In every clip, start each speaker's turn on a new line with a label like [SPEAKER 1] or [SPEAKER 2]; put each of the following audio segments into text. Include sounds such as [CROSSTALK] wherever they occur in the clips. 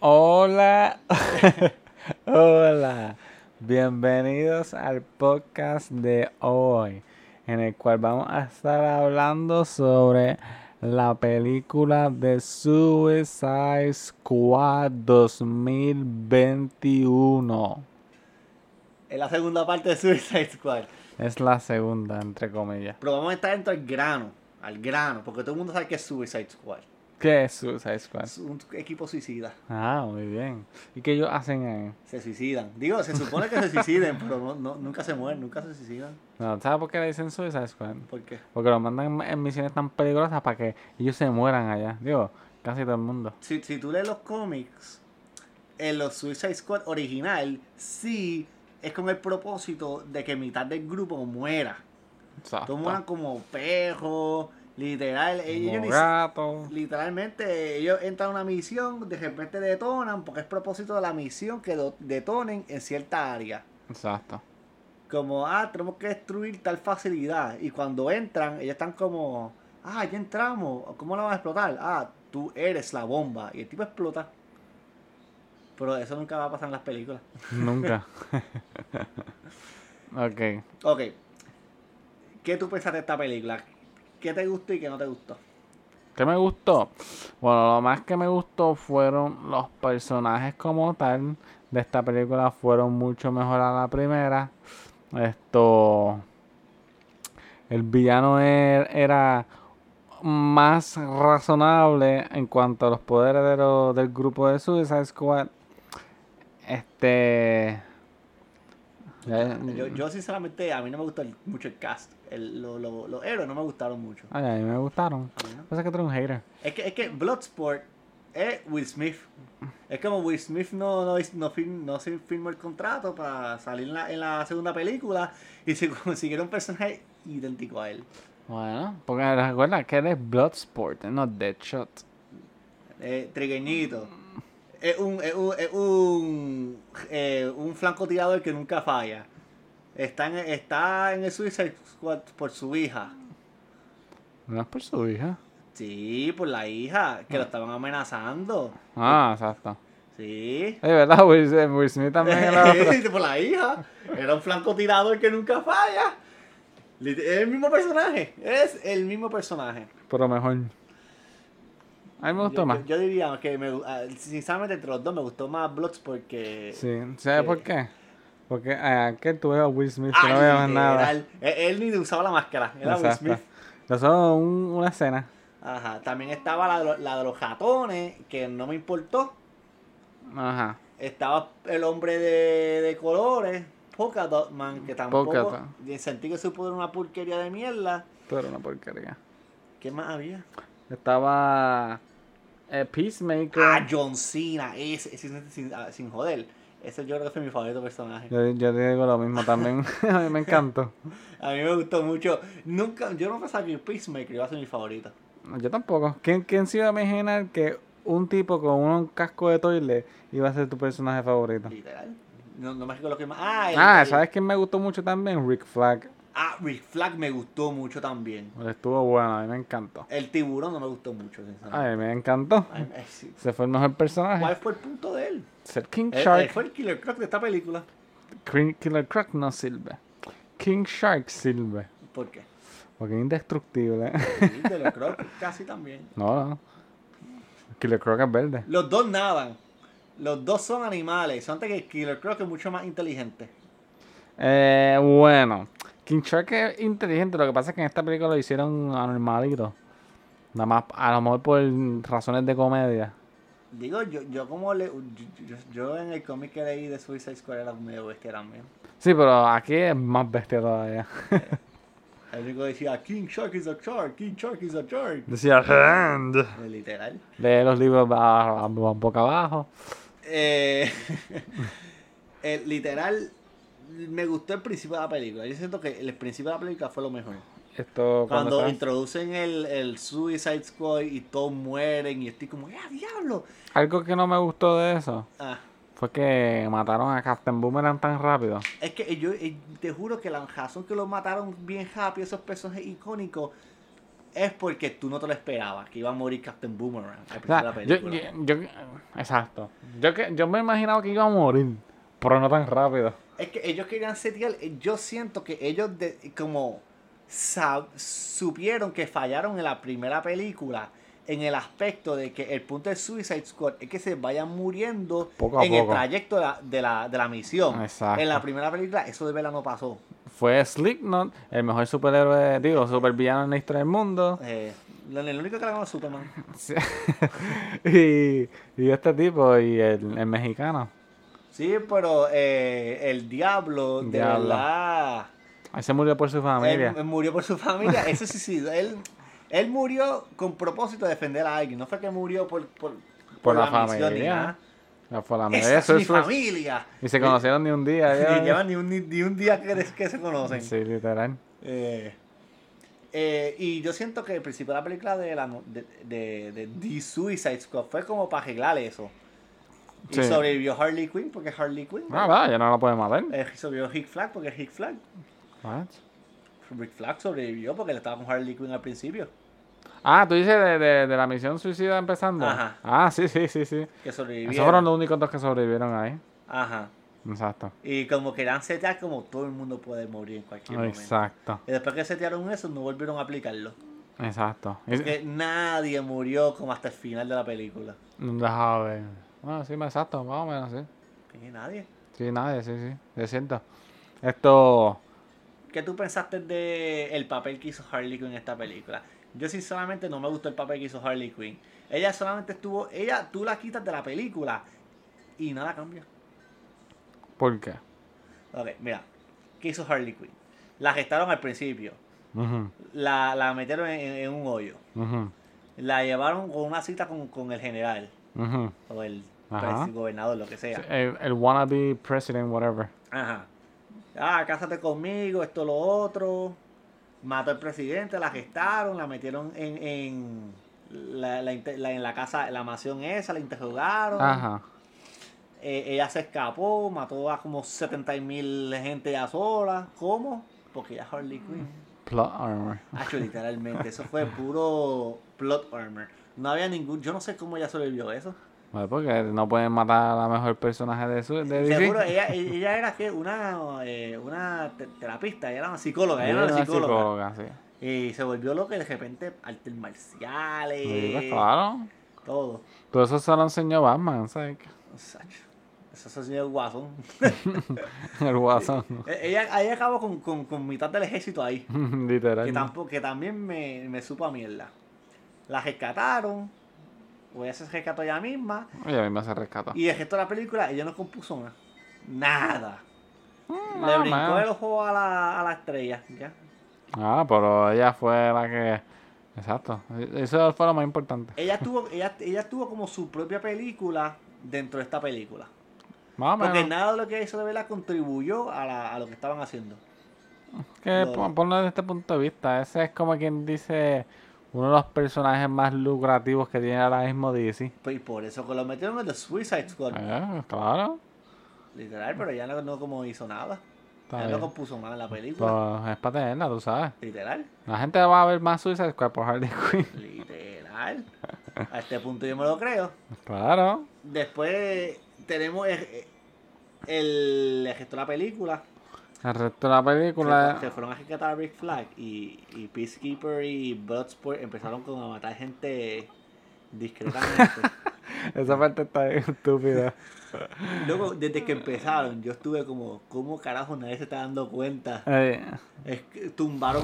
[SPEAKER 1] Hola, [LAUGHS] hola, bienvenidos al podcast de hoy, en el cual vamos a estar hablando sobre la película de Suicide Squad 2021.
[SPEAKER 2] Es la segunda parte de Suicide Squad.
[SPEAKER 1] Es la segunda, entre comillas.
[SPEAKER 2] Pero vamos a estar dentro del grano, al grano, porque todo el mundo sabe que es Suicide Squad.
[SPEAKER 1] ¿Qué es Suicide Squad?
[SPEAKER 2] Es un equipo suicida.
[SPEAKER 1] Ah, muy bien. ¿Y qué ellos hacen ahí?
[SPEAKER 2] Se suicidan. Digo, se supone que se suiciden, [LAUGHS] pero no, no- nunca se mueren, nunca se suicidan.
[SPEAKER 1] No, ¿Sabes por qué le dicen Suicide Squad?
[SPEAKER 2] ¿Por qué?
[SPEAKER 1] Porque los mandan en- en misiones tan peligrosas para que ellos se mueran allá. Digo, casi todo el mundo.
[SPEAKER 2] Si, si tú lees los cómics, en los Suicide Squad original, sí es con el propósito de que mitad del grupo muera. Todos mueran como perros, literal. eh, Ellos
[SPEAKER 1] Como
[SPEAKER 2] ni-
[SPEAKER 1] gatos.
[SPEAKER 2] Literalmente ellos entran a una misión, de repente detonan, porque es propósito de la misión que do- detonen en cierta área.
[SPEAKER 1] Exacto.
[SPEAKER 2] Como, ah, tenemos que destruir tal facilidad. Y cuando entran, ellos están como, ah, ya entramos, ¿cómo la van a explotar? Ah, tú eres la bomba. Y el tipo explota. Pero eso nunca va a pasar en las películas.
[SPEAKER 1] Nunca. ok.
[SPEAKER 2] Ok. ¿Qué tú pensaste de esta película? ¿Qué te gustó y qué no te gustó?
[SPEAKER 1] ¿Qué me gustó? Bueno, lo más que me gustó fueron los personajes como tal de esta película. Fueron mucho mejor a la primera. Esto. El villano er- era más razonable en cuanto a los poderes de lo- del grupo de Suicide Squad. Este. ya-
[SPEAKER 2] Yo, yo, sinceramente, a mí no me gustó el- mucho el cast. El- lo- lo- los héroes no me gustaron mucho.
[SPEAKER 1] Ay, a mí me gustaron.
[SPEAKER 2] A mí no.
[SPEAKER 1] Pasa que tú eres un hater.
[SPEAKER 2] Es que, es que Bloodsport es Will Smith. Es como Will Smith no, no, hiz- no, fir- no se firmó el contrato para salir en la, en la segunda película y se [LAUGHS] consiguieron un personaje idéntico a él.
[SPEAKER 1] Bueno, porque recuerda que eres Bloodsport, no Deadshot.
[SPEAKER 2] Eh, trigueñito. Es un, es un, es un, eh, un francotirador que nunca falla. Está en, está en el Suicide Squad por su hija.
[SPEAKER 1] No es por su hija.
[SPEAKER 2] Sí, por la hija, que lo estaban amenazando.
[SPEAKER 1] Ah, exacto.
[SPEAKER 2] Sí.
[SPEAKER 1] Es verdad, Will, eh, Will Smith también [LAUGHS] era otro.
[SPEAKER 2] por la hija. Era un francotirador que nunca falla. Lit- Es el mismo personaje. Es el mismo personaje.
[SPEAKER 1] Pero mejor. A mí me
[SPEAKER 2] Yo,
[SPEAKER 1] gustó más.
[SPEAKER 2] yo- yo diría que, me, gu- ah, sinceramente, entre los dos me gustó más Bloodsport que.
[SPEAKER 1] Sí, ¿sabes por qué? Porque eh, aquel tú ves a Will Smith, tú
[SPEAKER 2] Ah,
[SPEAKER 1] no veas más nada.
[SPEAKER 2] literal. E- Él, ni usaba la máscara. Era Will
[SPEAKER 1] Exacto.
[SPEAKER 2] Smith.
[SPEAKER 1] No solo un- una escena.
[SPEAKER 2] Ajá. También estaba la, de lo- la de los jatones, que no me importó.
[SPEAKER 1] Ajá.
[SPEAKER 2] Estaba el hombre de, de colores, Polka Dot Man,
[SPEAKER 1] Polka
[SPEAKER 2] que tampoco.
[SPEAKER 1] Dot.
[SPEAKER 2] Sentí que su poder era una porquería de mierda.
[SPEAKER 1] Pero era una porquería.
[SPEAKER 2] ¿Qué más había?
[SPEAKER 1] Estaba eh, Peacemaker.
[SPEAKER 2] Ah, John Cena, ese, ese sin, sin- ah, sin joder. Ese yo creo que fue mi favorito personaje.
[SPEAKER 1] yo, yo te digo lo mismo también. [LAUGHS] a mí me encantó.
[SPEAKER 2] A mí me gustó mucho. Nunca, yo no pensaba que Peacemaker iba a ser mi favorito.
[SPEAKER 1] No, Yo tampoco. ¿Quién, ¿Quién se iba a imaginar que un tipo con un casco de toile iba a ser tu personaje favorito?
[SPEAKER 2] Literal. No, no me acuerdo lo que más. Ah, el-
[SPEAKER 1] Ah,
[SPEAKER 2] el-
[SPEAKER 1] ¿sabes quién me gustó mucho también? Rick Flag.
[SPEAKER 2] Ah, Rick Flag me gustó mucho también.
[SPEAKER 1] Estuvo bueno, a mí me encantó.
[SPEAKER 2] El tiburón no me gustó mucho, sinceramente.
[SPEAKER 1] A mí me encantó.
[SPEAKER 2] Ay, ay, sí.
[SPEAKER 1] Se fue el mejor personaje.
[SPEAKER 2] ¿Cuál fue el punto de él?
[SPEAKER 1] Ser King
[SPEAKER 2] Él- él
[SPEAKER 1] Shark.
[SPEAKER 2] fue el Killer Croc de esta película.
[SPEAKER 1] King- Killer Croc no sirve. King Shark sirve.
[SPEAKER 2] ¿Por qué?
[SPEAKER 1] Porque es indestructible. [LAUGHS]
[SPEAKER 2] Sí, Killer Croc [LAUGHS] casi también.
[SPEAKER 1] No, no. Killer Croc es verde.
[SPEAKER 2] Los dos nadan. Los dos son animales. Son que Killer Croc es mucho más inteligente.
[SPEAKER 1] Eh, bueno, King Shark es inteligente. Lo que pasa es que en esta película lo hicieron anormalito. Nada más, a lo mejor por razones de comedia.
[SPEAKER 2] Digo, yo, yo como le, yo, yo- yo en el cómic que leí de Suicide Squad era medio bestia también.
[SPEAKER 1] Sí, pero aquí es más bestia todavía.
[SPEAKER 2] El único decía, King Shark is a shark, King Shark is a shark.
[SPEAKER 1] Decía Rand.
[SPEAKER 2] Eh, Literal.
[SPEAKER 1] Lee los libros a- a- boca abajo.
[SPEAKER 2] Eh, [LAUGHS] eh, literal, me gustó el principio de la película. Yo siento que el principio de la película fue lo mejor.
[SPEAKER 1] Esto
[SPEAKER 2] Cuando
[SPEAKER 1] cuando, están-
[SPEAKER 2] introducen el, el Suicide Squad y todos mueren y estoy como, ¡ah, diablo!
[SPEAKER 1] Algo que no me gustó de eso
[SPEAKER 2] Ah,
[SPEAKER 1] fue que mataron a Captain Boomerang tan rápido.
[SPEAKER 2] es que yo eh, te juro que la razón que lo mataron bien rápido, esos personajes icónicos, es porque tú no te lo esperabas, que iba a morir Captain Boomerang al
[SPEAKER 1] O
[SPEAKER 2] principio
[SPEAKER 1] sea,
[SPEAKER 2] de la
[SPEAKER 1] Ah, yo,
[SPEAKER 2] película.
[SPEAKER 1] yo- yo- exacto. Yo, que- yo me imaginaba que iba a morir, pero no tan rápido.
[SPEAKER 2] Es que ellos querían setear, eh, yo siento que ellos de- como sab- supieron que fallaron en la primera película en el aspecto de que el punto de Suicide Squad es que se vayan muriendo
[SPEAKER 1] Poco a
[SPEAKER 2] en el
[SPEAKER 1] poco.
[SPEAKER 2] trayecto de la, de la- de la misión.
[SPEAKER 1] Exacto.
[SPEAKER 2] En la primera película eso de verdad no pasó.
[SPEAKER 1] Fue Slipknot, el mejor superhéroe, digo, supervillano en la historia del mundo.
[SPEAKER 2] Eh, lo el único que la ganó es Superman.
[SPEAKER 1] Sí. [LAUGHS] y, y este tipo, y el, el mexicano.
[SPEAKER 2] Sí, pero eh, el diablo, de
[SPEAKER 1] Diablo.
[SPEAKER 2] verdad...
[SPEAKER 1] Él se murió por su familia.
[SPEAKER 2] Él, él murió por su familia,
[SPEAKER 1] [LAUGHS]
[SPEAKER 2] él se suicidó. Él, él murió con propósito de defender a alguien. No fue que murió por, por, por
[SPEAKER 1] Por la
[SPEAKER 2] misión ni
[SPEAKER 1] familia.
[SPEAKER 2] nada.
[SPEAKER 1] La- por la
[SPEAKER 2] Esa
[SPEAKER 1] madre,
[SPEAKER 2] es
[SPEAKER 1] eso
[SPEAKER 2] [LAUGHS] mi
[SPEAKER 1] es-
[SPEAKER 2] familia.
[SPEAKER 1] Y se conocieron ni un día.
[SPEAKER 2] [LAUGHS] Ni
[SPEAKER 1] ¿eh?
[SPEAKER 2] llevan ni un, ni, ni un día que, des- que se conocen.
[SPEAKER 1] Sí, literal.
[SPEAKER 2] Eh, eh, y yo siento que el principio de la película de, la, no- de, de, de The Suicide Squad fue como para arreglar eso. Y
[SPEAKER 1] Sí.
[SPEAKER 2] sobrevivió Harley Quinn porque es Harley Quinn.
[SPEAKER 1] Ah, va, ya no lo pueden matar.
[SPEAKER 2] Eh, sobrevivió Rick Flag porque es Rick Flag.
[SPEAKER 1] What?
[SPEAKER 2] Rick Flag sobrevivió porque le estaba con Harley Quinn al principio.
[SPEAKER 1] Ah, tú dices de, de- de la misión suicida empezando.
[SPEAKER 2] Ajá.
[SPEAKER 1] Ah, sí, sí, sí, sí.
[SPEAKER 2] Que
[SPEAKER 1] Esos fueron
[SPEAKER 2] sobrevivió.
[SPEAKER 1] los únicos dos que sobrevivieron ahí.
[SPEAKER 2] Ajá.
[SPEAKER 1] Exacto.
[SPEAKER 2] Y como querían setear como todo el mundo puede morir en cualquier momento.
[SPEAKER 1] Exacto.
[SPEAKER 2] Y después que setearon eso, no volvieron a aplicarlo.
[SPEAKER 1] Exacto. Y-
[SPEAKER 2] Porque nadie murió como hasta el final de la película.
[SPEAKER 1] Déjame ver. Bueno, sí, exacto, más o menos, sí.
[SPEAKER 2] Sí, nadie.
[SPEAKER 1] Sí, nadie, sí, sí. Es cierto. Esto.
[SPEAKER 2] ¿Qué tú pensaste de el papel que hizo Harley Quinn en esta película? Yo sinceramente no me gustó el papel que hizo Harley Quinn. Ella solamente estuvo, ella, tú la quitas de la película y nada cambia.
[SPEAKER 1] ¿Por qué?
[SPEAKER 2] Ok, mira, ¿qué hizo Harley Quinn? La arrestaron al principio,
[SPEAKER 1] Ujú,
[SPEAKER 2] la, la metieron en- en un hoyo,
[SPEAKER 1] ujú,
[SPEAKER 2] la llevaron con una cita con, con el general.
[SPEAKER 1] ujú.
[SPEAKER 2] o el
[SPEAKER 1] Ajá.
[SPEAKER 2] pres- gobernador, lo que sea.
[SPEAKER 1] El, el wannabe president, whatever.
[SPEAKER 2] Ajá. Ah, cásate conmigo, esto, lo otro. Mató al presidente, la gestaron, la metieron en, en, la, la inte- la- en la casa, la mansión esa, la interrogaron.
[SPEAKER 1] Ajá.
[SPEAKER 2] Eh, ella se escapó, mató a como 70 mil gente ya sola. ¿Cómo? Porque ella es Harley Quinn.
[SPEAKER 1] Plot armor.
[SPEAKER 2] Hacho, Ah, [LAUGHS] literalmente, eso fue puro plot armor. No había ningún, yo no sé cómo ella sobrevivió a eso.
[SPEAKER 1] Bueno, porque no pueden matar a la mejor personaje de, su, de DC.
[SPEAKER 2] Seguro, ella, ella era que una, eh, una te- terapista, ella era una psicóloga,
[SPEAKER 1] Ella
[SPEAKER 2] ella era
[SPEAKER 1] era
[SPEAKER 2] una ¿eh? psicóloga.
[SPEAKER 1] psicóloga, sí.
[SPEAKER 2] Y se volvió loca y de repente artes marciales,
[SPEAKER 1] Sí, pues, claro.
[SPEAKER 2] todo.
[SPEAKER 1] Todo eso se lo enseñó Batman, ¿sabes? [LAUGHS]
[SPEAKER 2] Sacho, Eso es el señor Guasón.
[SPEAKER 1] El guasón.
[SPEAKER 2] Eh, ella, ella acabó con, con, con mitad del ejército ahí, que,
[SPEAKER 1] [LAUGHS] Literal.
[SPEAKER 2] tampoco, que también me, me supo a mierda. La rescataron, o ella se rescató ella misma,
[SPEAKER 1] Oye, a mí me hace rescatar.
[SPEAKER 2] y el resto de la película ella no compuso nada. Nada. Le
[SPEAKER 1] más o
[SPEAKER 2] brincó
[SPEAKER 1] menos.
[SPEAKER 2] el ojo a la, a la estrella, ya.
[SPEAKER 1] Ah, pero ella fue la que. Exacto. Eso fue lo más importante.
[SPEAKER 2] ella tuvo ella, ella tuvo como su propia película dentro de esta película
[SPEAKER 1] Más o
[SPEAKER 2] porque
[SPEAKER 1] menos.
[SPEAKER 2] nada de lo que hizo de verdad contribuyó a, la- a lo que estaban haciendo
[SPEAKER 1] Que
[SPEAKER 2] no-
[SPEAKER 1] pon- ponlo desde este punto de vista. Ese es como quien dice uno de los personajes más lucrativos que tiene ahora mismo DC.
[SPEAKER 2] Pues, y por eso que lo metieron en The Suicide Squad
[SPEAKER 1] Ah, claro.
[SPEAKER 2] literal pero ella no, no como hizo nada
[SPEAKER 1] Está
[SPEAKER 2] ella no
[SPEAKER 1] bien.
[SPEAKER 2] compuso nada en la película
[SPEAKER 1] Pues es para tenerla, tú sabes.
[SPEAKER 2] literal
[SPEAKER 1] La gente va a ver más Suicide Squad por Harley Quinn. [LAUGHS]
[SPEAKER 2] literal a este punto yo me lo creo
[SPEAKER 1] Claro.
[SPEAKER 2] después tenemos el, el, el resto de la película
[SPEAKER 1] El resto de la película.
[SPEAKER 2] Se, se fueron a rescatar a Rick Flag y, y Peacekeeper y Bloodsport empezaron como a matar gente discretamente.
[SPEAKER 1] Esa parte está bien estúpida.
[SPEAKER 2] Luego, desde que empezaron, yo estuve como, ¿cómo carajo nadie se está dando cuenta?
[SPEAKER 1] Eh,
[SPEAKER 2] Es que tumbaron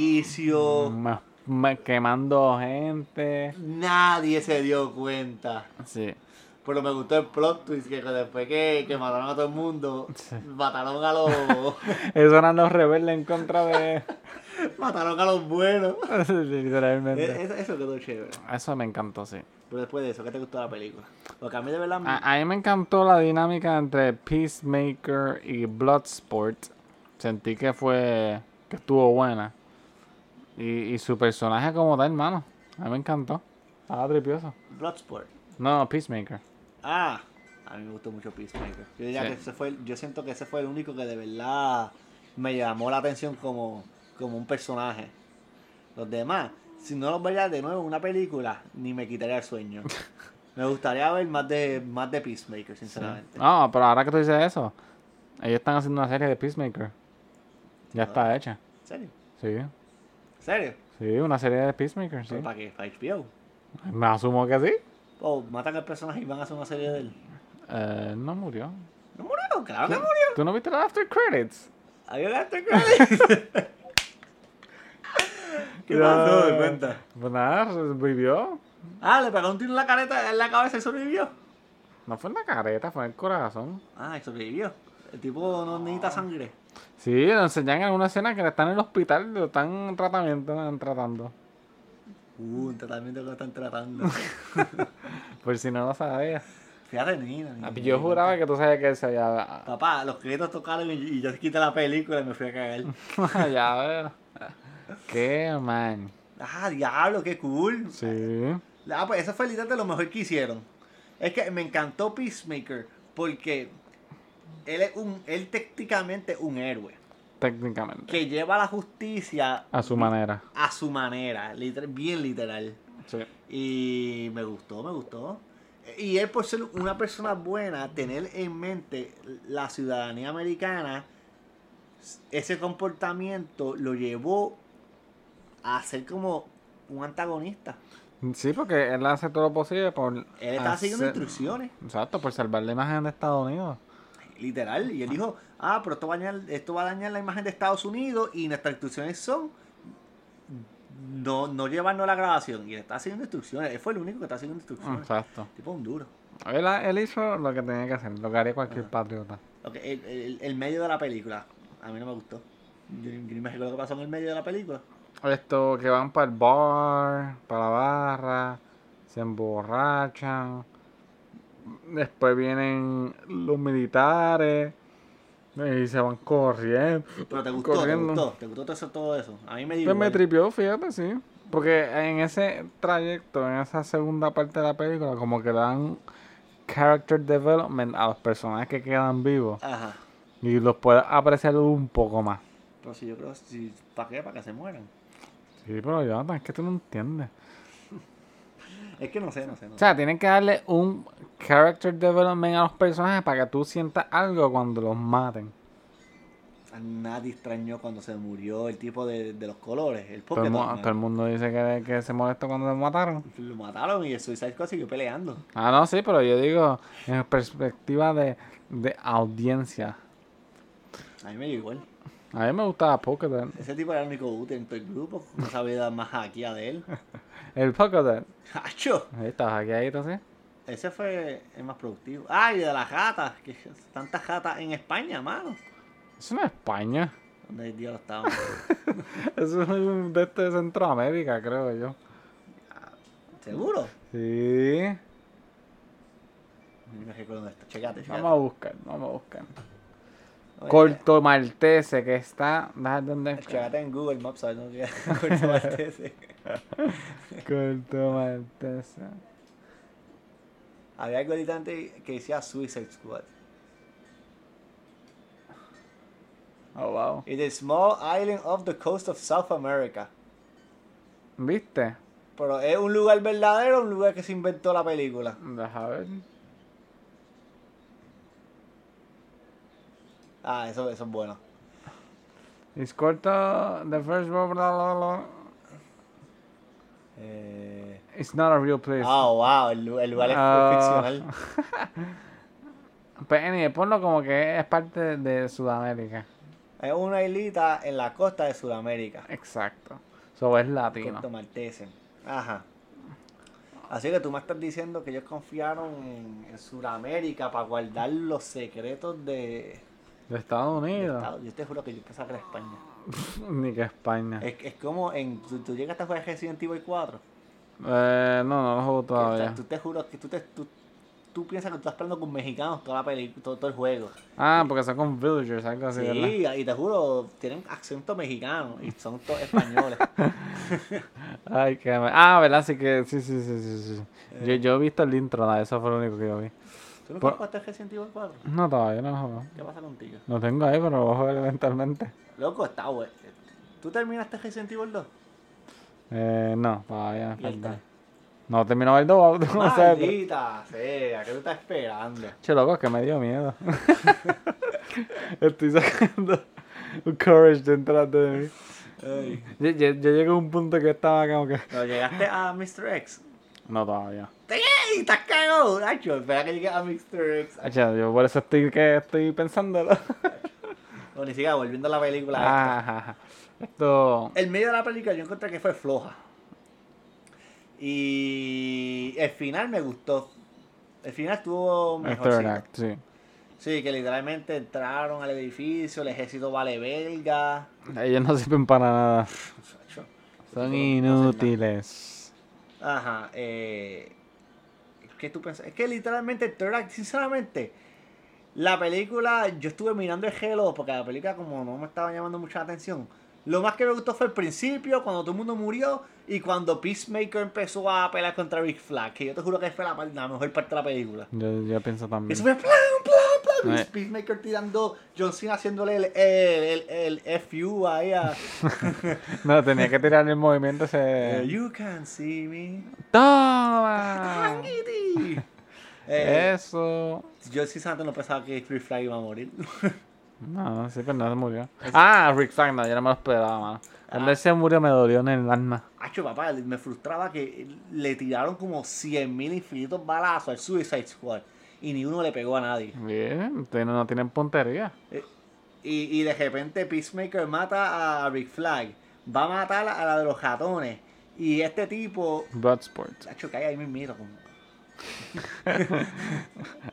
[SPEAKER 2] edificios,
[SPEAKER 1] ma- ma- quemando gente.
[SPEAKER 2] nadie se dio cuenta.
[SPEAKER 1] Sí.
[SPEAKER 2] Pero me gustó el plot twist que después que, que mataron a todo el mundo, mataron a los
[SPEAKER 1] Esos eran los rebeldes en contra de. [LAUGHS]
[SPEAKER 2] mataron a los buenos. E,
[SPEAKER 1] Literalmente.
[SPEAKER 2] Eso, eso quedó chévere.
[SPEAKER 1] Eso me encantó, sí.
[SPEAKER 2] Pero después de eso, ¿qué te gustó de la película? Porque a mí de verdad
[SPEAKER 1] A, a mí me encantó la dinámica entre Peacemaker y Bloodsport. Sentí que fue. que estuvo buena. Y, y su personaje como tal, hermano. A mí me encantó. Estaba tripioso.
[SPEAKER 2] Bloodsport.
[SPEAKER 1] No, Peacemaker.
[SPEAKER 2] Ah, a mí me gustó mucho Peacemaker. Yo, diría
[SPEAKER 1] Sí.
[SPEAKER 2] que ese fue, el- yo siento que ese fue el único que de verdad me llamó la atención como, como un personaje. Los demás, si no los vería de nuevo en una película, ni me quitaría
[SPEAKER 1] [LAUGHS]
[SPEAKER 2] el sueño. me gustaría ver más de, más de Peacemaker, sinceramente.
[SPEAKER 1] No, pero ahora que tú dices eso, ellos están haciendo una serie de Peacemaker. Ya está hecha.
[SPEAKER 2] ¿En serio?
[SPEAKER 1] Sí,
[SPEAKER 2] ¿En serio?
[SPEAKER 1] sí, una serie de Peacemaker, sí.
[SPEAKER 2] ¿Pero ¿Para qué? ¿Para HBO?
[SPEAKER 1] Me asumo que sí.
[SPEAKER 2] ¿O matan al personaje y van a hacer una serie de él?
[SPEAKER 1] Eh, no murió.
[SPEAKER 2] ¿No murió? Claro que murió.
[SPEAKER 1] ¿Tú no viste los after credits?
[SPEAKER 2] Había un
[SPEAKER 1] [LAUGHS]
[SPEAKER 2] after credit. ¿Qué
[SPEAKER 1] No.
[SPEAKER 2] pasó? Me cuenta.
[SPEAKER 1] Pues nada, vivió.
[SPEAKER 2] Ah, le pegó un tiro en la, careta, en la cabeza y sobrevivió.
[SPEAKER 1] No fue en la careta, fue en el corazón.
[SPEAKER 2] Ah, y sobrevivió. El tipo no
[SPEAKER 1] Ah.
[SPEAKER 2] necesita sangre.
[SPEAKER 1] Sí, lo enseñan en una escena que están en el hospital, lo están en tratamiento, en tratando.
[SPEAKER 2] Uh, un tratamiento que lo están tratando.
[SPEAKER 1] [LAUGHS] Por si no lo sabías.
[SPEAKER 2] Fíjate, nina. nina.
[SPEAKER 1] Ah, Yo juraba que tú sabías que él se había...
[SPEAKER 2] Papá, los créditos tocaron y, y yo quité la película y me fui a cagar.
[SPEAKER 1] [LAUGHS] ya veo. Qué man.
[SPEAKER 2] Ah, diablo, qué cool.
[SPEAKER 1] Sí.
[SPEAKER 2] Ah, pues esa fue literalmente lo mejor que hicieron. Es que me encantó Peacemaker porque él es un, él técnicamente es un héroe
[SPEAKER 1] Técnicamente.
[SPEAKER 2] que lleva la justicia
[SPEAKER 1] A su manera.
[SPEAKER 2] a su manera, liter- bien literal.
[SPEAKER 1] Sí.
[SPEAKER 2] Y me gustó, me gustó. Y él por ser una persona buena, tener en mente la ciudadanía americana, ese comportamiento lo llevó a ser como un antagonista.
[SPEAKER 1] Sí, porque él hace todo lo posible por...
[SPEAKER 2] Él estaba siguiendo
[SPEAKER 1] hacer-
[SPEAKER 2] instrucciones,
[SPEAKER 1] Exacto, por salvar la imagen de Estados Unidos.
[SPEAKER 2] literal. Y él dijo, ah, pero esto va, a dañar, esto va a dañar la imagen de Estados Unidos y nuestras instrucciones son no, no llevarnos la grabación. Y él estaba siguiendo instrucciones. Él fue el único que estaba siguiendo instrucciones.
[SPEAKER 1] Exacto.
[SPEAKER 2] Tipo un duro.
[SPEAKER 1] Él, él hizo lo que tenía que hacer, lo que haría cualquier
[SPEAKER 2] Ajá.
[SPEAKER 1] patriota.
[SPEAKER 2] Ok, el, el- el medio de la película. A mí no me gustó. Yo, ni- yo ni me acuerdo lo que pasó en el medio de la película.
[SPEAKER 1] Esto, que van para el bar, para la barra, se emborrachan. Después vienen los militares y se van corriendo.
[SPEAKER 2] Pero te gustó,
[SPEAKER 1] Corriendo.
[SPEAKER 2] te gustó, te gustó todo eso, todo eso. A mí me dio
[SPEAKER 1] Pues me
[SPEAKER 2] igual.
[SPEAKER 1] tripió, fíjate, sí. Porque en ese trayecto, en esa segunda parte de la película, como que le dan character development a los personajes que quedan vivos
[SPEAKER 2] Ajá.
[SPEAKER 1] y los puedes apreciar un poco más.
[SPEAKER 2] Pero si yo creo, si, ¿para qué? Para que se mueran.
[SPEAKER 1] Sí, pero Jonathan, es que tú no entiendes.
[SPEAKER 2] Es que no sé, no sé. No
[SPEAKER 1] O
[SPEAKER 2] sé.
[SPEAKER 1] sea, tienen que darle un character development a los personajes para que tú sientas algo cuando los maten.
[SPEAKER 2] A nadie extrañó cuando se murió el tipo de, de los colores, el
[SPEAKER 1] Todo el, mu-
[SPEAKER 2] Pokémon.
[SPEAKER 1] todo el mundo dice que, que se molestó cuando los mataron.
[SPEAKER 2] Lo mataron y el Suicide Squad siguió peleando.
[SPEAKER 1] Ah, no, sí, pero yo digo en perspectiva de, de audiencia.
[SPEAKER 2] A mí me dio igual.
[SPEAKER 1] A mí me gustaba Pokédex.
[SPEAKER 2] Ese tipo era el único útil en todo el grupo. No sabía dar más aquí a de él. [LAUGHS]
[SPEAKER 1] El Pokédex.
[SPEAKER 2] ¡Hacho!
[SPEAKER 1] Ahí estaba aquí, ahí, así.
[SPEAKER 2] Ese fue el más productivo. ¡Ay, de las gatas! Que [LAUGHS] tantas gatas en España, mano.
[SPEAKER 1] Eso no es España. [LAUGHS]
[SPEAKER 2] Donde Dios estaba.
[SPEAKER 1] Eso es un- de este Centroamérica, creo yo.
[SPEAKER 2] ¿Seguro?
[SPEAKER 1] Sí.
[SPEAKER 2] No recuerdo dónde está. Checate, checate.
[SPEAKER 1] Vamos a buscar, vamos a buscar.
[SPEAKER 2] Oye,
[SPEAKER 1] Corto Maltese, que está. deja- ¿Dónde es?
[SPEAKER 2] Checate en Google Maps, ¿sabes? dónde
[SPEAKER 1] [LAUGHS]
[SPEAKER 2] queda [LAUGHS] Corto Maltese.
[SPEAKER 1] Corto Maltese.
[SPEAKER 2] Había algo ahorita antes que decía Suicide Squad.
[SPEAKER 1] Oh, wow.
[SPEAKER 2] It is small island off the coast of South America.
[SPEAKER 1] ¿Viste?
[SPEAKER 2] Pero es un lugar verdadero, o un lugar que se inventó la película.
[SPEAKER 1] Deja ver.
[SPEAKER 2] Ah, eso, eso es bueno.
[SPEAKER 1] Es corto. uh, The first world. Blah, blah, blah.
[SPEAKER 2] Eh,
[SPEAKER 1] It's not a real place.
[SPEAKER 2] Ah, wow, el, lu- el lugar es
[SPEAKER 1] Ah.
[SPEAKER 2] ficcional.
[SPEAKER 1] Pues, anyway, ponlo como que es parte de Sudamérica.
[SPEAKER 2] Es una islita en la costa de Sudamérica.
[SPEAKER 1] Exacto. So es latino.
[SPEAKER 2] Corto maltese. Ajá. Así que tú me estás diciendo que ellos confiaron en, en Sudamérica para guardar los secretos de,
[SPEAKER 1] De Estados
[SPEAKER 2] de
[SPEAKER 1] Unidos.
[SPEAKER 2] Estados Yo te juro que yo pensaba que era España.
[SPEAKER 1] [LAUGHS] Ni que España.
[SPEAKER 2] Es, es como en. Tú, tú llegaste a jugar Resident Evil 4. que,
[SPEAKER 1] Eh, no, no lo juego
[SPEAKER 2] o sea,
[SPEAKER 1] todavía.
[SPEAKER 2] tú te juro que tú, te, tú, tú piensas que tú estás hablando con mexicanos toda la peli, todo, todo el juego.
[SPEAKER 1] Ah, porque son con villagers, algo así,
[SPEAKER 2] Sí,
[SPEAKER 1] Ah, ¿verdad?
[SPEAKER 2] y te juro, tienen acento mexicano y son
[SPEAKER 1] [LAUGHS]
[SPEAKER 2] todos españoles.
[SPEAKER 1] Ay, qué ma- Ah, ¿verdad? Así que sí, sí, sí, sí. sí. Yo,
[SPEAKER 2] Eh.
[SPEAKER 1] yo he visto el intro, nada, eso fue lo único que yo vi.
[SPEAKER 2] ¿Tú nunca
[SPEAKER 1] Por-
[SPEAKER 2] jugaste Resident Evil 4?
[SPEAKER 1] No, todavía no lo juego.
[SPEAKER 2] ¿Qué pasa contigo?
[SPEAKER 1] Lo tengo ahí, pero lo voy a jugar eventualmente.
[SPEAKER 2] Loco, está bueno. ¿Tú terminaste Resident Evil 2?
[SPEAKER 1] Eh, no, todavía me
[SPEAKER 2] Y el
[SPEAKER 1] falta.
[SPEAKER 2] tal.
[SPEAKER 1] No terminó el 2. [LAUGHS] O sea,
[SPEAKER 2] Maldita sea, ¿qué te estás esperando?
[SPEAKER 1] che, loco, es que me dio miedo. [LAUGHS] Estoy sacando un courage de entrarte de mí.
[SPEAKER 2] Ey.
[SPEAKER 1] Yo, yo- yo llegué a un punto que estaba como que.
[SPEAKER 2] No, llegaste a Mr. X.
[SPEAKER 1] No, todavía.
[SPEAKER 2] ¡Te ey, estás cagado, Nacho! Espera que llegue a Mr. X.
[SPEAKER 1] Ah, che, yo por eso estoy, que estoy pensándolo.
[SPEAKER 2] No, ni siquiera volviendo a la película.
[SPEAKER 1] [LAUGHS]
[SPEAKER 2] esta.
[SPEAKER 1] Ajá, ajá. Esto.
[SPEAKER 2] El medio de la película yo encontré que fue floja. Y el final me gustó. El final estuvo
[SPEAKER 1] Esto
[SPEAKER 2] mejor.
[SPEAKER 1] act, sí.
[SPEAKER 2] Sí, que literalmente entraron al edificio, el ejército vale belga.
[SPEAKER 1] Ellos no sirven para nada.
[SPEAKER 2] Chacho,
[SPEAKER 1] Son
[SPEAKER 2] no hacen nada.
[SPEAKER 1] inútiles.
[SPEAKER 2] Ajá, eh, ¿qué tú piensas? Es que literalmente, el third act, sinceramente, la película, yo estuve mirando el Hello, porque la película como no me estaba llamando mucha la atención. Lo más que me gustó fue el principio, cuando todo el mundo murió, y cuando Peacemaker empezó a pelear contra Big Flag, que yo te juro que fue la, par- la mejor parte de la película.
[SPEAKER 1] Yo, yo pienso también.
[SPEAKER 2] Eso fue plan, plan, plan.
[SPEAKER 1] Eh.
[SPEAKER 2] Peacemaker tirando, John Cena haciéndole el, el, el, el FU ahí a...
[SPEAKER 1] No, tenía que tirar el movimiento ese.
[SPEAKER 2] Eh, you can see me.
[SPEAKER 1] ¡Toma!
[SPEAKER 2] Tanguiti. Eh,
[SPEAKER 1] Eso.
[SPEAKER 2] Yo sinceramente no pensaba que Rick Flag iba a morir.
[SPEAKER 1] No, sí, pero no se murió. Ah, Rick Flag, no, yo no me lo esperaba, mano. Cuando él se murió me dolió en el alma.
[SPEAKER 2] Hacho, papá, me frustraba que le tiraron como 100.000 infinitos balazos al Suicide Squad y ni uno le pegó a nadie.
[SPEAKER 1] Bien, ustedes no no tienen puntería.
[SPEAKER 2] Y, y de repente Peacemaker mata a Rick Flag, va a matar a la de los ratones y este tipo...
[SPEAKER 1] Bloodsport.
[SPEAKER 2] Hacho, cae ahí mismito. como,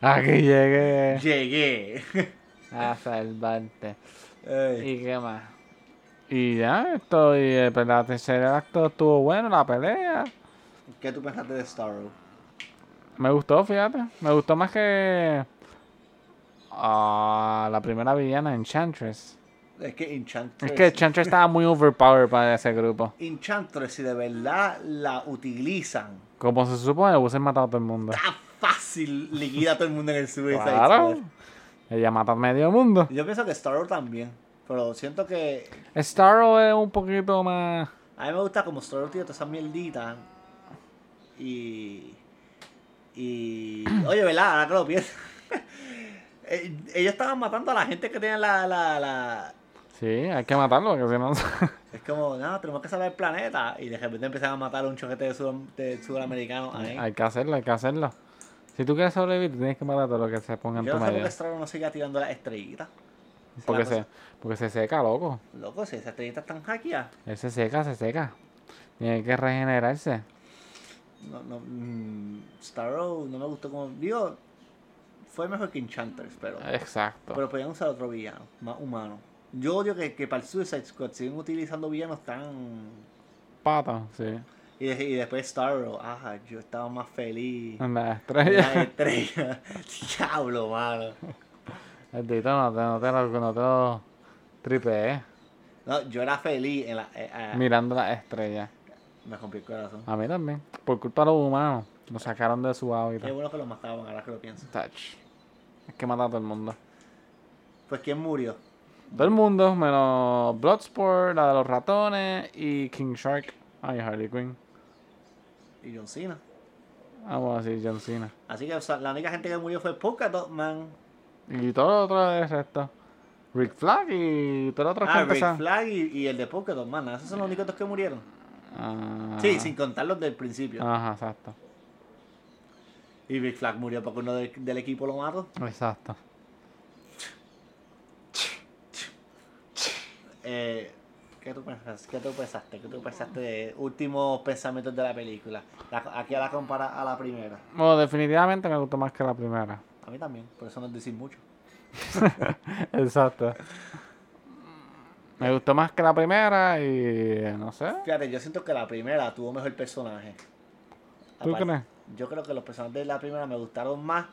[SPEAKER 1] A que llegué
[SPEAKER 2] Llegué. [LAUGHS]
[SPEAKER 1] a salvarte.
[SPEAKER 2] Ey.
[SPEAKER 1] ¿Y qué más? Y ya, esto, y eh, pues, la tercera acto estuvo bueno, la pelea.
[SPEAKER 2] ¿Qué tú pensaste de Starro?
[SPEAKER 1] Me gustó, fíjate. Me gustó más que ah, la primera villana, Enchantress.
[SPEAKER 2] Es que Enchantress...
[SPEAKER 1] Es que Enchantress estaba muy overpowered para ese grupo.
[SPEAKER 2] Enchantress, si de verdad la utilizan
[SPEAKER 1] Como se supone, hubiesen matado a todo el mundo.
[SPEAKER 2] tan fácil liquida a todo el mundo en el Suicide
[SPEAKER 1] Claro.
[SPEAKER 2] Squad.
[SPEAKER 1] Ella mata a medio mundo.
[SPEAKER 2] Yo pienso que Star Wars también. Pero siento que.
[SPEAKER 1] Starro es un poquito más.
[SPEAKER 2] A mí me gusta como Star Wars tiene toda esa mierdita. Y. Y. Oye, ¿verdad? Ahora que lo pienso. [LAUGHS] Eh, Ellos estaban matando a la gente que tenía la, la, la-
[SPEAKER 1] Sí, hay que matarlo, porque si no.
[SPEAKER 2] Es como, no, tenemos que salvar el planeta. Y de repente empezaron a matar a un choquete de, sud- de sudamericano ahí.
[SPEAKER 1] [LAUGHS] hay que hacerlo, hay que hacerlo. Si tú quieres sobrevivir, tú tienes que matar a todo lo que se ponga en
[SPEAKER 2] Yo
[SPEAKER 1] tu
[SPEAKER 2] no sé por
[SPEAKER 1] medio.
[SPEAKER 2] qué Star Wars no sigue tirando las estrellitas. Esa es
[SPEAKER 1] Porque
[SPEAKER 2] la
[SPEAKER 1] se, porque se seca, loco.
[SPEAKER 2] cosa. Loco, si esas estrellitas están hackeadas.
[SPEAKER 1] Él se seca, se seca. Tiene que regenerarse.
[SPEAKER 2] No, no, mm, Starro no me gustó como. Digo, fue mejor que Enchantress, pero.
[SPEAKER 1] Exacto.
[SPEAKER 2] Pero podían usar otro villano, más humano. Yo odio que, que para el Suicide Squad siguen utilizando villanos tan.
[SPEAKER 1] Pato, sí.
[SPEAKER 2] Y, de- y después Starro, ajá, yo estaba más feliz.
[SPEAKER 1] En la [LAUGHS]
[SPEAKER 2] [LAUGHS] La
[SPEAKER 1] estrella.
[SPEAKER 2] estrella. Diablo, mano.
[SPEAKER 1] El dito no te, no te lo, no te lo tripeé,
[SPEAKER 2] No, yo era feliz en la. eh, eh,
[SPEAKER 1] mirando la estrella.
[SPEAKER 2] me rompió el corazón.
[SPEAKER 1] A mí también. Por culpa de los humanos. Lo sacaron de su
[SPEAKER 2] Qué
[SPEAKER 1] hábitat.
[SPEAKER 2] bueno que lo mataban, ahora que lo pienso.
[SPEAKER 1] Touch. Es que mata a todo el mundo.
[SPEAKER 2] Pues, ¿quién murió?
[SPEAKER 1] Todo el mundo, menos Bloodsport, la de los ratones y King Shark. Ay, Harley Quinn.
[SPEAKER 2] Y John Cena.
[SPEAKER 1] Vamos a decir John Cena.
[SPEAKER 2] Así que o sea, la única gente que murió fue Polka Dot Man.
[SPEAKER 1] Y todo lo otro es esto. Rick Flag y todo lo otro que
[SPEAKER 2] Ah, Rick
[SPEAKER 1] empezaron.
[SPEAKER 2] Flag y, y el de Pokémon, man. Esos son los únicos dos que murieron.
[SPEAKER 1] Ah,
[SPEAKER 2] Sí, sin contar los del principio.
[SPEAKER 1] Ajá, exacto.
[SPEAKER 2] Y Rick Flag murió porque uno del, del equipo lo mató.
[SPEAKER 1] Exacto.
[SPEAKER 2] Eh, ¿qué, tú pensas? ¿Qué tú pensaste? ¿Qué tú pensaste de últimos pensamientos de la película? La- aquí a la compara a la primera.
[SPEAKER 1] Bueno, definitivamente me gustó más que la primera.
[SPEAKER 2] A mí también, por eso no es decir mucho.
[SPEAKER 1] Exacto. Me gustó más que la primera y no sé.
[SPEAKER 2] Fíjate, yo siento que la primera tuvo mejor personaje.
[SPEAKER 1] ¿Tú
[SPEAKER 2] Aparte-
[SPEAKER 1] crees?
[SPEAKER 2] Yo creo que los personajes de la primera me gustaron más,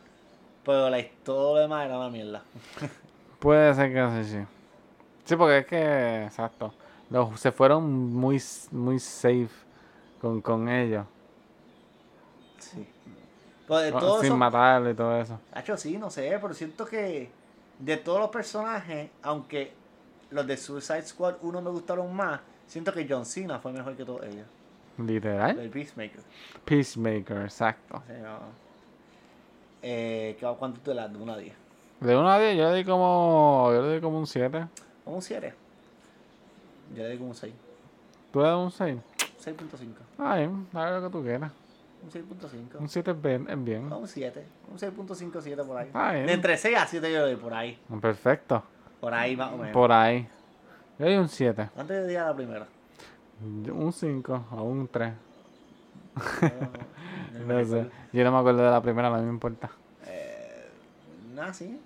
[SPEAKER 2] pero la, todo lo demás era una mierda.
[SPEAKER 1] Puede ser que sí, sí. Sí, porque es que, exacto. Los, se fueron muy, s- muy safe con, con ellos.
[SPEAKER 2] Sí. Pero de
[SPEAKER 1] Con-
[SPEAKER 2] todos
[SPEAKER 1] Ah, sin
[SPEAKER 2] esos-
[SPEAKER 1] matarle y todo eso.
[SPEAKER 2] Hacho, sí, no sé, pero siento que de todos los personajes, aunque los de Suicide Squad uno me gustaron más, siento que John Cena fue mejor que todos ellos.
[SPEAKER 1] Literal. ¿Eh?
[SPEAKER 2] del Peacemaker.
[SPEAKER 1] Peacemaker, exacto.
[SPEAKER 2] O sea, no. Eh, ¿qué- ¿Cuánto tú le das? De 1 a 10.
[SPEAKER 1] De 1 a 10 yo le di como. Yo le di como un 7.
[SPEAKER 2] Como un 7. Yo le doy como un 6.
[SPEAKER 1] ¿Tú le das un 6?
[SPEAKER 2] 6.5.
[SPEAKER 1] Ay, dale lo que tú quieras.
[SPEAKER 2] Un 6.5.
[SPEAKER 1] Un 7 es bien. es bien.
[SPEAKER 2] Un 7. Un 6.5, 7 por ahí.
[SPEAKER 1] Ah, bien.
[SPEAKER 2] De entre 6 a 7 yo le doy por ahí.
[SPEAKER 1] Perfecto.
[SPEAKER 2] Por ahí más o menos.
[SPEAKER 1] Por ahí. Yo le di un 7.
[SPEAKER 2] ¿Cuánto yo le di a la primera?
[SPEAKER 1] Un 5 o un 3.
[SPEAKER 2] No, no me
[SPEAKER 1] No sé.
[SPEAKER 2] recuerdo.
[SPEAKER 1] Yo no me acuerdo de la primera, no me importa.
[SPEAKER 2] Eh, nada, sí.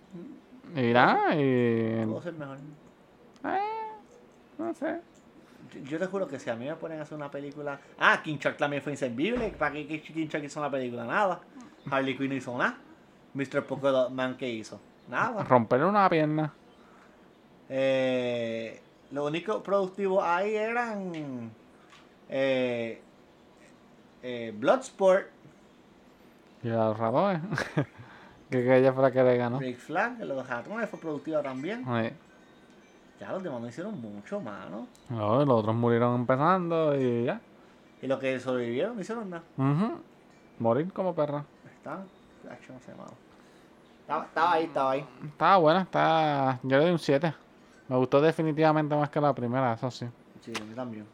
[SPEAKER 1] Y nada, y.
[SPEAKER 2] Puedo ser mejor.
[SPEAKER 1] eh, no sé.
[SPEAKER 2] Yo- Yo te juro que si a mí me ponen a hacer una película. Ah, King Shark también fue inservible. ¿Para qué King King Shark hizo una película? Nada. Harley Quinn no hizo nada. Mr. Pocket Man, ¿qué hizo? Nada.
[SPEAKER 1] Romperle una pierna.
[SPEAKER 2] Eh, lo único productivo ahí eran eh, eh, Bloodsport,
[SPEAKER 1] Y a los ratones. [LAUGHS] que, que ella fue la que le ganó.
[SPEAKER 2] Rick Flag, los ratones fue productiva también.
[SPEAKER 1] Sí.
[SPEAKER 2] Ya los demás no hicieron mucho, mano.
[SPEAKER 1] No, los otros murieron empezando y ya.
[SPEAKER 2] Y los que sobrevivieron no hicieron nada.
[SPEAKER 1] Ujú. Morir como perra.
[SPEAKER 2] Estaban, Acho, no sé, mano. Estaba, estaba ahí, estaba ahí.
[SPEAKER 1] Estaba buena, está. Yo le di un 7. Me gustó definitivamente más que la primera, eso sí.
[SPEAKER 2] Sí, yo también.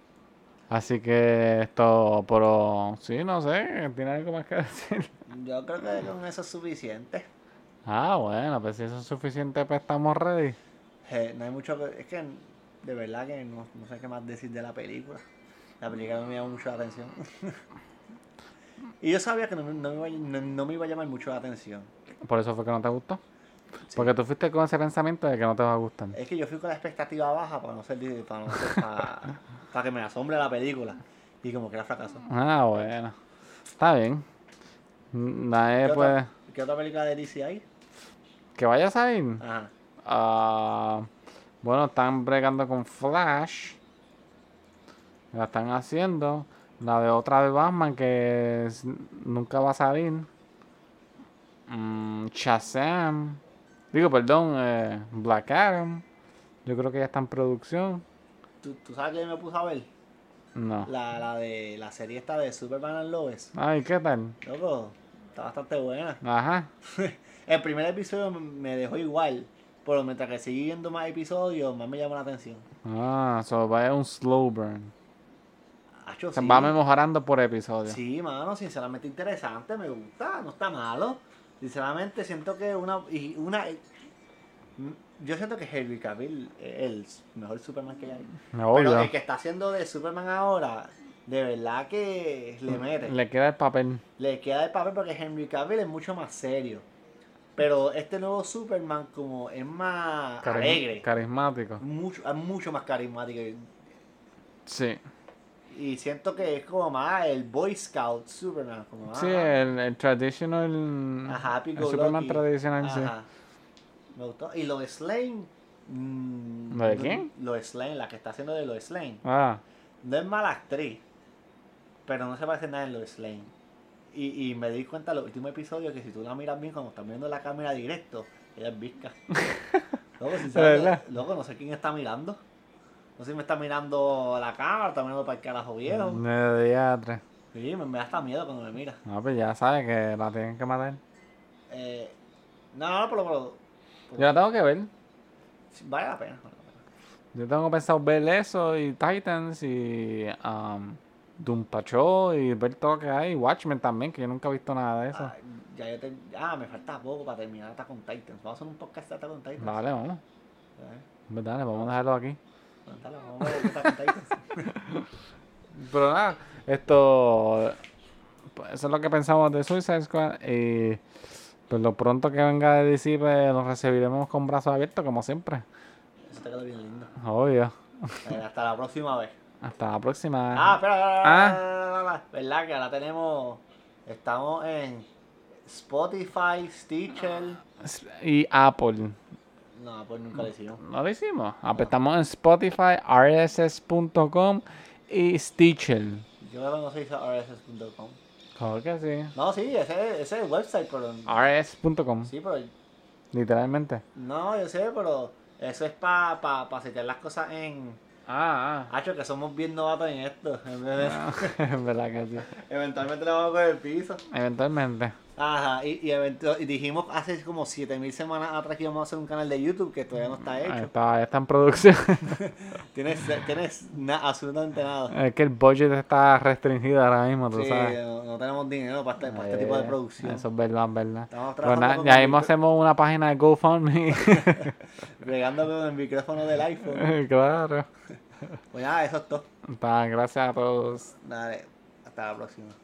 [SPEAKER 1] Así que esto, pero sí, no sé, tiene algo más que [LAUGHS] decir.
[SPEAKER 2] Yo creo que con eso es suficiente.
[SPEAKER 1] Ah, bueno, pues si eso es suficiente, pues estamos ready.
[SPEAKER 2] Eh, no hay mucho que. Es que de verdad que no, no sé qué más decir de la película. La película no me llamó mucho la atención. [LAUGHS] y yo sabía que no, me- no me iba, a- no- no me iba a llamar mucho la atención.
[SPEAKER 1] Por eso fue que no te gustó.
[SPEAKER 2] Sí.
[SPEAKER 1] Porque tú fuiste con ese pensamiento de que no te va a gustar.
[SPEAKER 2] Es que yo fui con la expectativa baja para no ser. di- para, no ser- para, para que me asombre la película. Y como que era fracaso.
[SPEAKER 1] Ah, bueno. Está bien. Nadie
[SPEAKER 2] ¿Qué
[SPEAKER 1] puede.
[SPEAKER 2] otra, qué otra película de DC hay?
[SPEAKER 1] Que vaya a salir.
[SPEAKER 2] Ajá.
[SPEAKER 1] Ah, bueno, están bregando con Flash. La están haciendo. La de otra de Batman que es- nunca va a salir. Mm, Shazam. Digo, perdón, eh, Black Adam. Yo creo que ya está en producción.
[SPEAKER 2] ¿Tú, tú sabes que me puse a ver?
[SPEAKER 1] No.
[SPEAKER 2] La, la de la serie esta de Superman and Lois.
[SPEAKER 1] Ay, ¿qué tal?
[SPEAKER 2] Loco, está bastante buena.
[SPEAKER 1] Ajá.
[SPEAKER 2] [LAUGHS] El primer episodio m- me dejó igual, pero mientras que seguí viendo más episodios, más me llamó la atención.
[SPEAKER 1] Ah, so va a ser un slow burn.
[SPEAKER 2] Acho,
[SPEAKER 1] Se
[SPEAKER 2] sí.
[SPEAKER 1] va mejorando por episodio.
[SPEAKER 2] Sí, mano, sinceramente interesante, me gusta, no está malo. Sinceramente siento que una... Y una yo siento que Henry Cavill es el mejor Superman que hay. Pero el
[SPEAKER 1] Obvio.
[SPEAKER 2] que está haciendo de Superman ahora, de verdad que le mete.
[SPEAKER 1] Le queda el papel.
[SPEAKER 2] le queda el papel porque Henry Cavill es mucho más serio. Pero este nuevo Superman como es más
[SPEAKER 1] Carism-
[SPEAKER 2] alegre,
[SPEAKER 1] Carismático.
[SPEAKER 2] mucho, es mucho más carismático. y-
[SPEAKER 1] Sí.
[SPEAKER 2] Y siento que es como más el Boy Scout Superman, como más
[SPEAKER 1] Sí, el, el traditional.
[SPEAKER 2] Ajá, Happy
[SPEAKER 1] el
[SPEAKER 2] Go
[SPEAKER 1] Superman
[SPEAKER 2] Lucky.
[SPEAKER 1] tradicional, sí.
[SPEAKER 2] Ajá. Me gustó. Y lo de Slane. mm,
[SPEAKER 1] ¿Lo de quién?
[SPEAKER 2] Lo de Slane, la que está haciendo de lo de Slane.
[SPEAKER 1] Ah,
[SPEAKER 2] No es mala actriz, pero no se parece nada en Lois Lane. Y, y me di cuenta en los últimos episodios que si tú la miras bien, cuando estás viendo la cámara directo, ella
[SPEAKER 1] [LAUGHS]
[SPEAKER 2] es visca. Luego,
[SPEAKER 1] verdad?
[SPEAKER 2] no sé quién está mirando. No sé si me está mirando la cámara, está mirando para el carajo viejo.
[SPEAKER 1] nueve de diatre.
[SPEAKER 2] Sí, me, me da hasta miedo cuando me mira.
[SPEAKER 1] No, pues ya sabes que la tienen que matar.
[SPEAKER 2] Eh, no, no, pero, pero- pero
[SPEAKER 1] Yo la tengo que ver.
[SPEAKER 2] sí, vale la pena. vale la pena.
[SPEAKER 1] Yo tengo pensado ver eso y Titans y um, Doom Patrol y ver todo lo que hay. Y Watchmen también, que yo nunca he visto nada de eso.
[SPEAKER 2] Ah, ya yo te- ah, me falta poco para terminar hasta con Titans. Vamos a hacer un podcast de Attack on Titans.
[SPEAKER 1] Dale, vamos.
[SPEAKER 2] Eh,
[SPEAKER 1] Pues Dale, vamos a dejarlo aquí.
[SPEAKER 2] cuéntalo, vamos a ver Attack on Titans. [LAUGHS]
[SPEAKER 1] Pero nada, esto. pues, eso es lo que pensamos de Suicide Squad. Y. Pues lo pronto que venga de DC, pues lo recibiremos con brazos abiertos, como siempre.
[SPEAKER 2] Eso te quedó bien lindo.
[SPEAKER 1] Obvio.
[SPEAKER 2] Eh, hasta la próxima vez.
[SPEAKER 1] Hasta la próxima.
[SPEAKER 2] Ah, espera, espera,
[SPEAKER 1] Ah.
[SPEAKER 2] espera, espera, espera, espera, ¿verdad? Que ahora tenemos. Estamos en Spotify, Stitcher.
[SPEAKER 1] Y Apple.
[SPEAKER 2] No, pues nunca lo hicimos.
[SPEAKER 1] No lo hicimos. Ah, pues Estamos en Spotify, rss.com y Stitcher.
[SPEAKER 2] Yo creo que no se hizo rss.com.
[SPEAKER 1] Claro que sí.
[SPEAKER 2] No, sí, ese, ese es el website, pero.
[SPEAKER 1] rss.com,
[SPEAKER 2] Sí, pero.
[SPEAKER 1] literalmente.
[SPEAKER 2] No, yo sé, pero. Eso es para pa, pa setear las cosas en,
[SPEAKER 1] Ah, ah.
[SPEAKER 2] Hacho, que somos bien novatos en esto. [LAUGHS] En vez
[SPEAKER 1] [LAUGHS]
[SPEAKER 2] de-
[SPEAKER 1] es verdad que sí.
[SPEAKER 2] Eventualmente le vamos a coger el piso.
[SPEAKER 1] Eventualmente.
[SPEAKER 2] Ajá, y, y evento- y dijimos hace como 7000 semanas atrás que íbamos a hacer un canal de YouTube que todavía no está
[SPEAKER 1] Ahí
[SPEAKER 2] hecho.
[SPEAKER 1] está, ya está en producción.
[SPEAKER 2] Tienes, tienes na- absolutamente nada.
[SPEAKER 1] es que el budget está restringido ahora mismo, tú
[SPEAKER 2] Sí,
[SPEAKER 1] sabes.
[SPEAKER 2] no, no tenemos dinero para este, para este tipo de
[SPEAKER 1] Eh,
[SPEAKER 2] producción.
[SPEAKER 1] Eso es verdad, es verdad.
[SPEAKER 2] Estamos
[SPEAKER 1] Pero
[SPEAKER 2] trabajando
[SPEAKER 1] nada,
[SPEAKER 2] con
[SPEAKER 1] ya
[SPEAKER 2] el
[SPEAKER 1] mismo
[SPEAKER 2] micro-
[SPEAKER 1] hacemos una página de GoFundMe. [LAUGHS]
[SPEAKER 2] Regando con el micrófono del iPhone.
[SPEAKER 1] claro.
[SPEAKER 2] Pues nada, eso es todo.
[SPEAKER 1] Está, gracias a todos.
[SPEAKER 2] Dale, hasta la próxima.